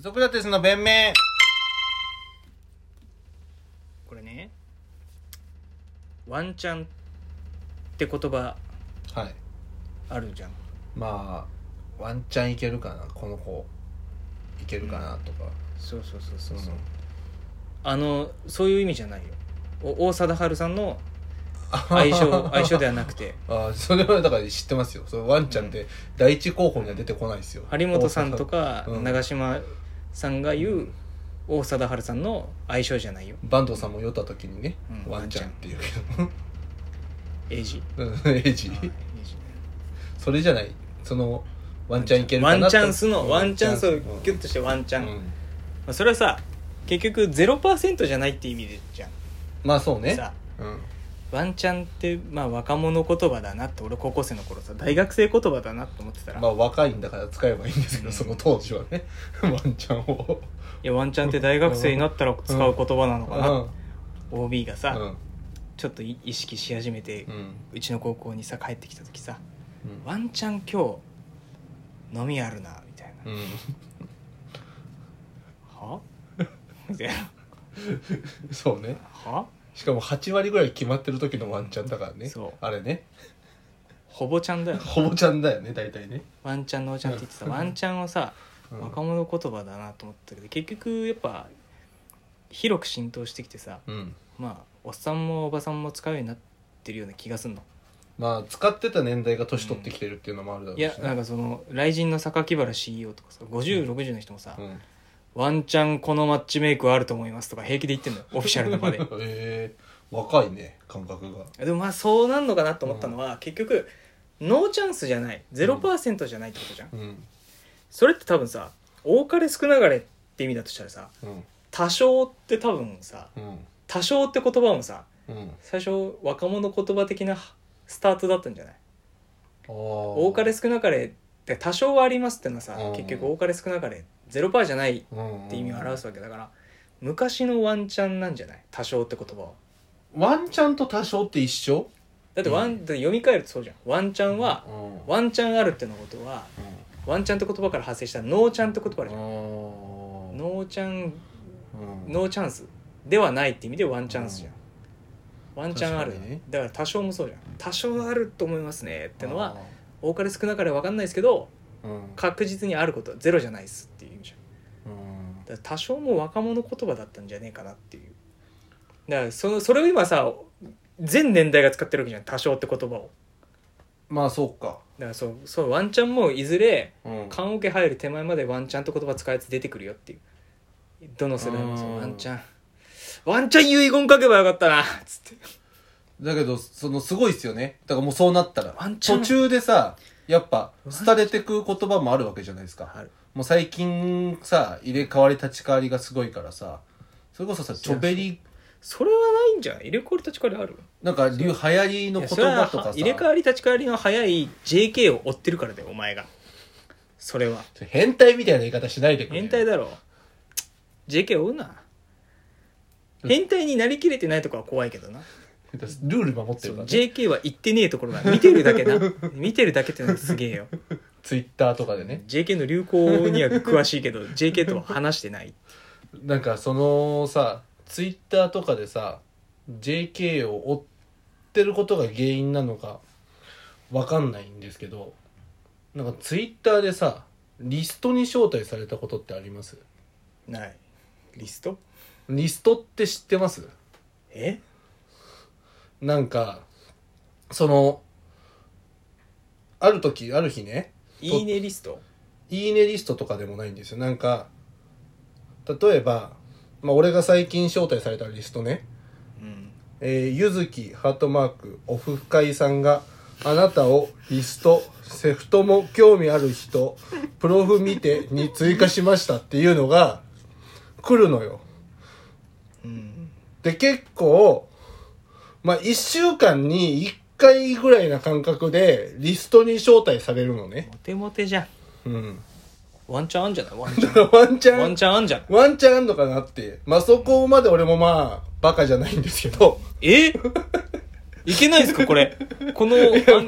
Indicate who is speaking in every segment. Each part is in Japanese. Speaker 1: ソクラテスの弁明これね
Speaker 2: ワンチャンって言葉
Speaker 1: はい
Speaker 2: あるじゃん
Speaker 1: まあワンチャンいけるかなこの子いけるかなとか、
Speaker 2: そうそうそう
Speaker 1: そ
Speaker 2: そうう
Speaker 1: そ
Speaker 2: そううあのそういう意味じゃないよお大貞治さんの相性相性ではなく て
Speaker 1: ああそれはだから知ってますよそのワンちゃんって第一候補には出てこないですよ、
Speaker 2: 張本さんとか
Speaker 1: うん
Speaker 2: 長嶋さんが言う大貞治さんの相性じゃないよ
Speaker 1: 坂東さんも酔った時にね、
Speaker 2: うん
Speaker 1: ワンちゃんっていうけ
Speaker 2: 英字
Speaker 1: ど うんエイジ
Speaker 2: はい
Speaker 1: それじゃないそのワンちゃんいけるか
Speaker 2: ワ
Speaker 1: な
Speaker 2: ンチャンス
Speaker 1: う
Speaker 2: の
Speaker 1: ん
Speaker 2: ワンチャンスを
Speaker 1: うん
Speaker 2: ギュッとしてワンチャン、
Speaker 1: う
Speaker 2: ま
Speaker 1: ん
Speaker 2: あ、それはさ結局0%じゃないって意味でじゃん
Speaker 1: まあそうね
Speaker 2: さ
Speaker 1: うん
Speaker 2: ワンチャンってまあ若者言葉だなって俺高校生の頃さ大学生言葉だなって思ってたら、
Speaker 1: まあ若いんだから使えばいいんですけど、
Speaker 2: うん
Speaker 1: その当時はね ワンちゃんを
Speaker 2: いやワンチャンって大学生になったら使う言葉なのかな、OB がさ、
Speaker 1: うん
Speaker 2: ちょっとい意識し始めて、う
Speaker 1: うん
Speaker 2: ちの高校にさ帰ってきた時さ
Speaker 1: うん
Speaker 2: 「ワンチャン今日飲みあるな」みたいな「
Speaker 1: うん
Speaker 2: は?」みたいな
Speaker 1: そうね
Speaker 2: 「は
Speaker 1: しかも8割ぐらい決まってる時のワンちゃんだからね
Speaker 2: そう
Speaker 1: あれね
Speaker 2: ほぼちゃんだよ
Speaker 1: ほぼちゃんだよね大体ね、
Speaker 2: ワンチャンのおちゃん」って言ってたワンチャンはさ
Speaker 1: うん
Speaker 2: 若者言葉だなと思ったけど結局やっぱ広く浸透してきてさ
Speaker 1: うん
Speaker 2: まあおっさんもおばさんも使うようになってるような気がすんの
Speaker 1: まあ使ってた年代が年取ってきてるっていうのもあるだろう
Speaker 2: い
Speaker 1: し、ね
Speaker 2: やなんかその雷神の榊原 CEO とかさ5060の人もさ、
Speaker 1: うん、
Speaker 2: ワンチャンこのマッチメイクあると思いますとか平気で言ってんのよオフィシャルの場で
Speaker 1: ええ若いね感覚が
Speaker 2: でもまあそうなんのかなと思ったのは、結局ノーチャンスじゃない0%じゃないってことじゃん、
Speaker 1: うん
Speaker 2: それって多分さ多かれ少なかれって意味だとしたらさ
Speaker 1: うん
Speaker 2: 多少って多分さ
Speaker 1: うん
Speaker 2: 多少って言葉もさ
Speaker 1: うん
Speaker 2: 最初若者言葉的なスタートだったんじゃない多
Speaker 1: 多
Speaker 2: かれ少なかれって多少はありますってのはさ、
Speaker 1: うん
Speaker 2: 結局多かれ少なかれ0%じゃないっ
Speaker 1: って
Speaker 2: 意味を表すわけだから、昔のワンチャンなんじゃない多少って言葉は
Speaker 1: ワンチャンと多少って一緒
Speaker 2: だってワン、
Speaker 1: う
Speaker 2: だって読み替えるとそうじゃんワンチャンは、
Speaker 1: うん
Speaker 2: ワンチャンあるってのことはワンチャンって言葉から発生したノーチャンって言葉あるじゃん、
Speaker 1: うん
Speaker 2: ノーチャン
Speaker 1: うん
Speaker 2: ノーチャンスではないって意味でワンチャンスじゃん、ワンチャンある、
Speaker 1: 確かにね
Speaker 2: だから多少もそうじゃん多少あると思いますねってのは
Speaker 1: あ
Speaker 2: 多かれ少なかれ分かんないですけど
Speaker 1: ーうん
Speaker 2: 確実にあることゼロじゃないっすっていう意味じゃん
Speaker 1: うん
Speaker 2: だから多少も若者言葉だったんじゃねえかなっていうだからそのそれを今さ全年代が使ってるわけじゃん多少って言葉を
Speaker 1: まあそうか
Speaker 2: だからそうそうワンチャンもいずれ
Speaker 1: うん
Speaker 2: 棺桶入る手前までワンチャンって言葉使うやつ出てくるよっていうどの世代もそううんワンチャンワンチャン遺言書けばよかったなつって
Speaker 1: だけどそのすごいっすよねだからもうそうなったら
Speaker 2: ワンチャン
Speaker 1: 途中でさやっぱ
Speaker 2: ワンチャン
Speaker 1: 廃れてく言葉もあるわけじゃないですか
Speaker 2: ある
Speaker 1: もう最近さ入れ替わり立ち替わりがすごいからさそれこそさちょべり
Speaker 2: それはないんじゃん入れ替わり立ち替わりある
Speaker 1: なんか流流行りの言
Speaker 2: いやそれは
Speaker 1: 葉とかさ
Speaker 2: 入れ替わり立ち替わりの早い JK を追ってるからだよお前がそれは
Speaker 1: 変態みたいな言い方しないでくれ
Speaker 2: 変態だろ JK 追うな変態になりきれてないとこは怖いけどな
Speaker 1: ルール守って
Speaker 2: そ
Speaker 1: るか
Speaker 2: う
Speaker 1: らね
Speaker 2: JK は言ってねえところが見てるだけ な見てるだけってのがすげえよ
Speaker 1: ツイッターとかでね
Speaker 2: JK の流行には詳しいけど JK とは話してない
Speaker 1: なんかそのさツイッターとかでさ JK を追ってることが原因なのかわかんないんですけどなんかツイッターでさリストに招待されたことってあります
Speaker 2: ないリスト
Speaker 1: リストって知ってます
Speaker 2: え
Speaker 1: なんかそのある時ある日ね
Speaker 2: いいねリスト
Speaker 1: いいねリストとかでもないんですよなんか例えば、まあ、俺が最近招待されたリストね
Speaker 2: うん
Speaker 1: えー、ゆずき、ハートマーク、オフ会さんが、あなたをリスト、セフトも興味ある人、プロフ見てに追加しましたっていうのが来るのよ。
Speaker 2: うん
Speaker 1: で、結構、まあ、一週間に一回ぐらいな感覚でリストに招待されるのね。
Speaker 2: モテモテじゃん
Speaker 1: うん。
Speaker 2: ワンチャンあんじゃないワンチャ
Speaker 1: ワンチ
Speaker 2: ンワ
Speaker 1: ャ
Speaker 2: ン
Speaker 1: ン、
Speaker 2: チャンあんじゃん
Speaker 1: ワンチャンあんのかなって。まあ、そこまで俺もまあ、バカじゃないんですけど。
Speaker 2: えいけないですかこれこの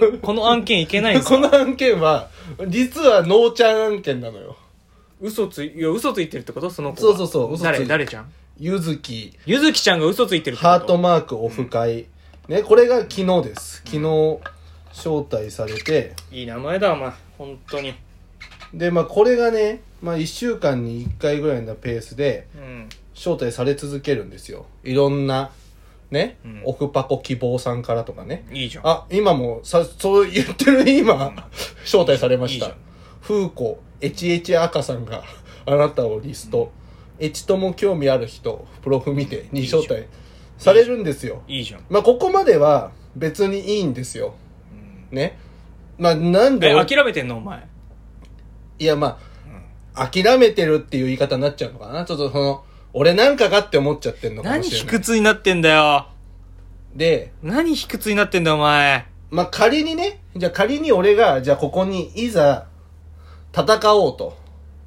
Speaker 2: 案この案件いけないんで す
Speaker 1: こ
Speaker 2: か
Speaker 1: の案件は、実はノーチャン案件なのよ。
Speaker 2: 嘘ついいや嘘ついてるってことその子
Speaker 1: そう
Speaker 2: は
Speaker 1: そうそう嘘つい
Speaker 2: 誰誰ちゃん
Speaker 1: ゆずき
Speaker 2: ゆずきちゃんが嘘ついてるってこと
Speaker 1: ハートマークオフ会、ねこれが昨日です昨日招待されて
Speaker 2: いい名前だお前本当に
Speaker 1: でまあこれがね、まあ、1週間に1回ぐらいのペースで
Speaker 2: うん
Speaker 1: 招待され続けるんですよいろんなね、
Speaker 2: うん
Speaker 1: オフパコ希望さんからとかね
Speaker 2: いいじゃん
Speaker 1: あ今もさそう言ってる今、
Speaker 2: うん
Speaker 1: 招待されま
Speaker 2: いい
Speaker 1: し
Speaker 2: じゃ
Speaker 1: た
Speaker 2: ん
Speaker 1: 風子エチエチ赤さんが あなたをリスト、エチとも興味ある人プロフ見てに招待されるんですよ
Speaker 2: いいじゃん、
Speaker 1: まあここまでは別にいいんですよ
Speaker 2: うん
Speaker 1: ねまあなんで
Speaker 2: え
Speaker 1: 俺
Speaker 2: 諦めてんのお前
Speaker 1: いやまあ諦めてるっていう言い方になっちゃうのかなちょっとその俺なんかがって思っちゃってんのかも
Speaker 2: 何
Speaker 1: しれ
Speaker 2: 卑
Speaker 1: ない
Speaker 2: 屈になってんだよ
Speaker 1: で
Speaker 2: 何卑屈になってんだよお前
Speaker 1: まあ、仮にね、じゃあ仮に俺が、じゃあここにいざ戦おうと。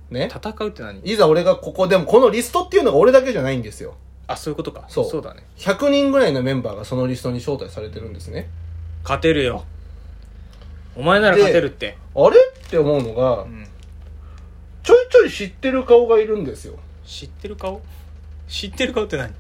Speaker 1: ね。
Speaker 2: 戦うって何
Speaker 1: いざ俺がここ、でもこのリストっていうのが俺だけじゃないんですよ。
Speaker 2: あそういうことか
Speaker 1: そう
Speaker 2: そうだね
Speaker 1: 100人ぐらいのメンバーがそのリストに招待されてるんですね。
Speaker 2: 勝てるよお前なら勝てるって、
Speaker 1: あれって思うのが
Speaker 2: う、ん、
Speaker 1: ちょいちょい知ってる顔がいるんですよ。
Speaker 2: 知ってる顔知ってる顔って何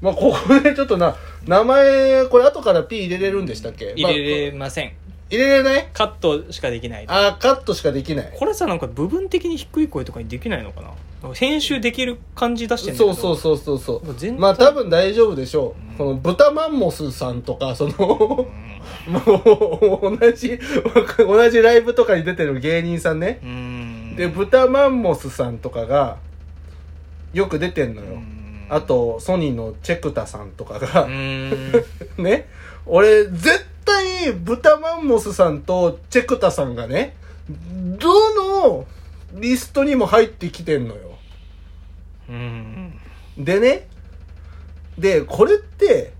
Speaker 1: まあ、ここでちょっとな、名前、これ後から P 入れれるんでしたっけ
Speaker 2: 入れれ
Speaker 1: まあ
Speaker 2: ません
Speaker 1: 入れれない
Speaker 2: カットしかできない
Speaker 1: あーカットしかできない。
Speaker 2: これさなんか部分的に低い声とかにできないのかな編集できる感じ出してんだけ
Speaker 1: そ
Speaker 2: ど
Speaker 1: うそうそうそうそう。
Speaker 2: 全体
Speaker 1: まあ多分大丈夫でしょう。
Speaker 2: うん
Speaker 1: この豚マンモスさんとか、その、
Speaker 2: う
Speaker 1: もう、同じ、同じライブとかに出てる芸人さんね。
Speaker 2: ん
Speaker 1: で、豚マンモスさんとかが、よく出てんの
Speaker 2: う
Speaker 1: よ。
Speaker 2: ん
Speaker 1: あと、ソニーのチェクタさんとかが
Speaker 2: う、ん
Speaker 1: ね。俺、絶対、豚マンモスさんとチェクタさんがね、どのリストにも入ってきてんのよ。
Speaker 2: うん
Speaker 1: でね、で、これって、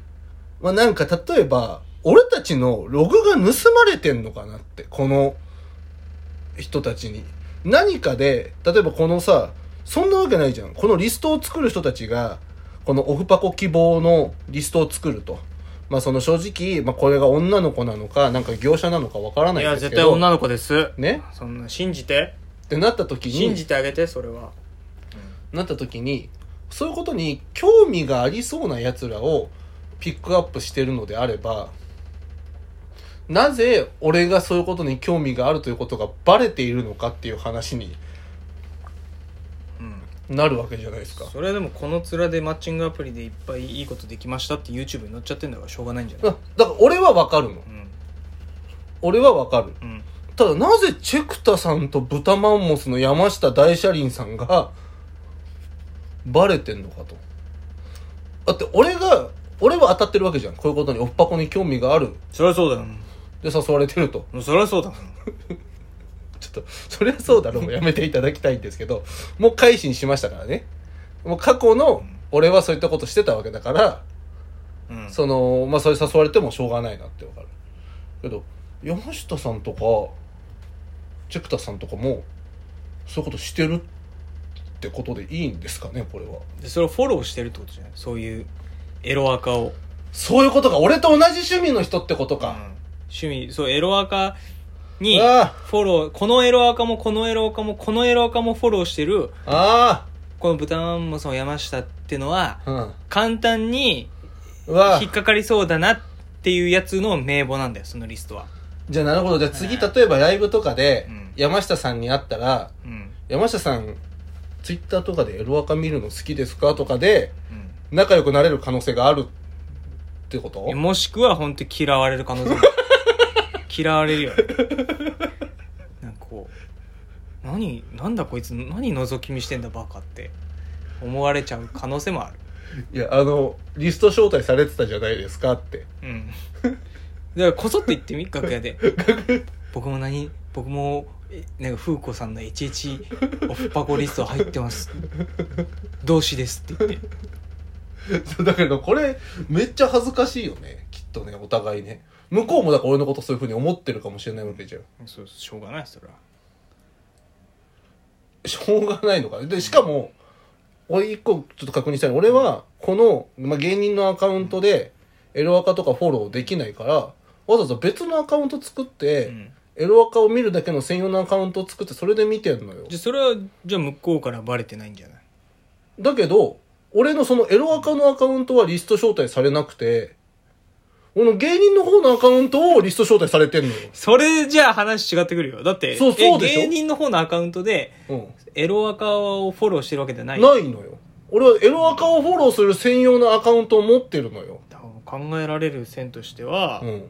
Speaker 1: まあ、なんか例えば、俺たちのログが盗まれてんのかなって、この人たちに。何かで、例えばこのさ、そんなわけないじゃん。このリストを作る人たちが、このオフパコ希望のリストを作ると。まあその正直、まあこれが女の子なのか、なんか業者なのかわからないいん
Speaker 2: や
Speaker 1: です
Speaker 2: 絶
Speaker 1: けど。
Speaker 2: 対女の子です
Speaker 1: ね
Speaker 2: そんな信じて
Speaker 1: ってなった時に。
Speaker 2: 信じてあげてそれは
Speaker 1: なった時にそういうことに興味がありそうなやつらをピックアップしてるのであればなぜ俺がそういうことに興味があるということがバレているのかっていう話に
Speaker 2: うん
Speaker 1: なるわけじゃないですか
Speaker 2: それはでもこの面でマッチングアプリでいっぱいいいことできましたって YouTube に載っちゃってんだからしょうがないんじゃない
Speaker 1: だだから俺はわかるの
Speaker 2: うん
Speaker 1: 俺はわかる
Speaker 2: うん
Speaker 1: ただなぜチェクタさんとブタマンモスの山下大車輪さんがバレてんのかとだって俺が俺は当たってるわけじゃんこういうことにおっぱこに興味がある
Speaker 2: そりゃそうだよ
Speaker 1: で誘われてると
Speaker 2: そりゃそうだよ
Speaker 1: ちょっと、そりゃそうだろう、もうやめていただきたいんですけど、もう改心しましたからね。もう過去の俺はそういったことしてたわけだから、
Speaker 2: うん
Speaker 1: その、まあそれ誘われてもしょうがないなってわかる。けど、山下さんとか、チェクタさんとかも、そういうことしてるってことでいいんですかね、これは。
Speaker 2: でそれをフォローしてるってことじゃないそういうエロアカを
Speaker 1: そういうことか、俺と同じ趣味の人ってことか。
Speaker 2: 趣味そうエロアカに
Speaker 1: あ
Speaker 2: フォローこのエロアカもこのエロアカもこのエロアカもフォローしてる
Speaker 1: あ
Speaker 2: この豚まんもその山下ってのは
Speaker 1: あ、うん。
Speaker 2: 簡単に
Speaker 1: うわ
Speaker 2: 引っかかりそうだなっていうやつの名簿なんだよそのリストは
Speaker 1: じゃあなるほど。じゃあ次、例えばライブとかで
Speaker 2: うん、
Speaker 1: 山下さんに会ったら、
Speaker 2: うん
Speaker 1: 山下さんツイッターとかでエロアカ見るの好きですかとかで
Speaker 2: うん
Speaker 1: 仲良くなれる可能性があるってこと
Speaker 2: えもしくは本当に嫌われる可 能性も嫌われるよねなんかこう何なんだこいつ何覗き見してんだバカって思われちゃう可能性もある
Speaker 1: いやあのリスト招待されてたじゃないですかって
Speaker 2: うんだからこそっと言 ってみ楽屋で僕も何僕もえなんか風子さんの HH オフパコリスト入ってます同志ですって言って
Speaker 1: そう だけどこれめっちゃ恥ずかしいよねきっとねお互いね向こうもだから俺のことそういうふうに思ってるかもしれないわけじゃん
Speaker 2: そうしょうがないそれは
Speaker 1: しょうがないのかねでしかも俺一個ちょっと確認したいの俺はこの、まあ、芸人のアカウントでエロアカとかフォローできないからわざわざ別のアカウント作って、
Speaker 2: うん
Speaker 1: エロアカを見るだけの専用のアカウントを作ってそれで見てんのよ
Speaker 2: じゃあそれはじゃあ向こうからバレてないんじゃない
Speaker 1: だけど俺のそのエロアカのアカウントはリスト招待されなくて俺の芸人の方のアカウントをリスト招待されてんのよ、
Speaker 2: それじゃあ話違ってくるよだって
Speaker 1: そうそうでしょ
Speaker 2: え芸人の方のアカウントで
Speaker 1: う
Speaker 2: エロアカをフォローしてるわけじゃない
Speaker 1: ん、ないのよ俺はエロアカをフォローする専用のアカウントを持ってるのよ、
Speaker 2: だから考えられる線としては、
Speaker 1: うん、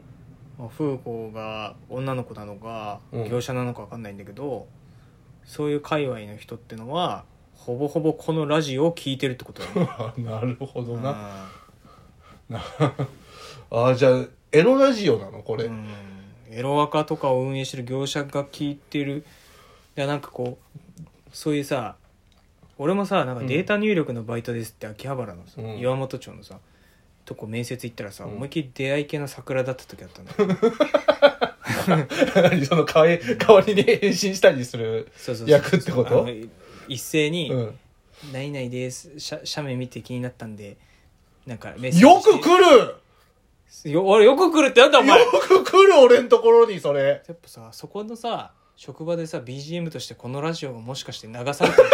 Speaker 2: まあ、風子が女の子なのか
Speaker 1: うん
Speaker 2: 業者なのか分かんないんだけど、そういう界隈の人ってのはほぼほぼこのラジオを聞いてるってことだね
Speaker 1: なるほどな
Speaker 2: あ
Speaker 1: ああじゃあエロラジオなのこれ、
Speaker 2: ーうんエロアカとかを運営してる業者が聞いてるいやなんかこうそういうさ俺もさなんか
Speaker 1: うん
Speaker 2: データ入力のバイトですって秋葉原のさ、
Speaker 1: うん
Speaker 2: 岩本町のさとこ面接行ったらさ、
Speaker 1: うん
Speaker 2: 思いっきり出会い系の桜だった時 あったんだよ
Speaker 1: その代わり代わりに変身したりする
Speaker 2: そうそうそう
Speaker 1: 役ってこ
Speaker 2: あ
Speaker 1: と
Speaker 2: のい一斉に、
Speaker 1: うん
Speaker 2: 何々です写写メ見て気になったんでなんかメッセージ
Speaker 1: よく来る
Speaker 2: るよ俺よく来るってなんだお前や
Speaker 1: よく来る俺んところにそれ
Speaker 2: っぱさそこのさ職場でさ BGM としてこのラジオがもしかして流されて る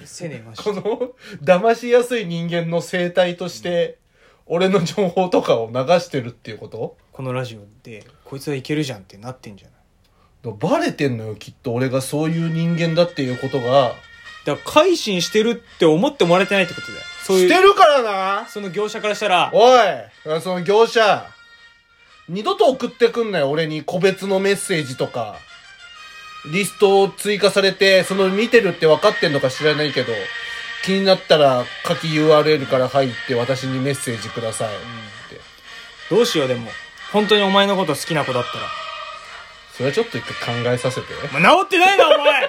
Speaker 2: 許せねえマジ
Speaker 1: こ
Speaker 2: で
Speaker 1: の騙しやすい人間の生態として俺の情報とかを流してるっていうこと
Speaker 2: このラジオでこいつはいけるじゃんってなってんじゃない
Speaker 1: バレてんのよきっと俺がそういう人間だっていうことが
Speaker 2: だから改心してるって思ってもらえてないってことだよそう
Speaker 1: し
Speaker 2: い
Speaker 1: て
Speaker 2: う
Speaker 1: るからな
Speaker 2: その業者からしたら
Speaker 1: おいその業者二度と送ってくんなよ俺に個別のメッセージとかリストを追加されてその見てるって分かってんのか知らないけど気になったら書き URL から入って私にメッセージくださいって
Speaker 2: どうしようでも本当にお前のこと好きな子だったら
Speaker 1: それはちょっと一回考えさせて
Speaker 2: お前治ってないなお前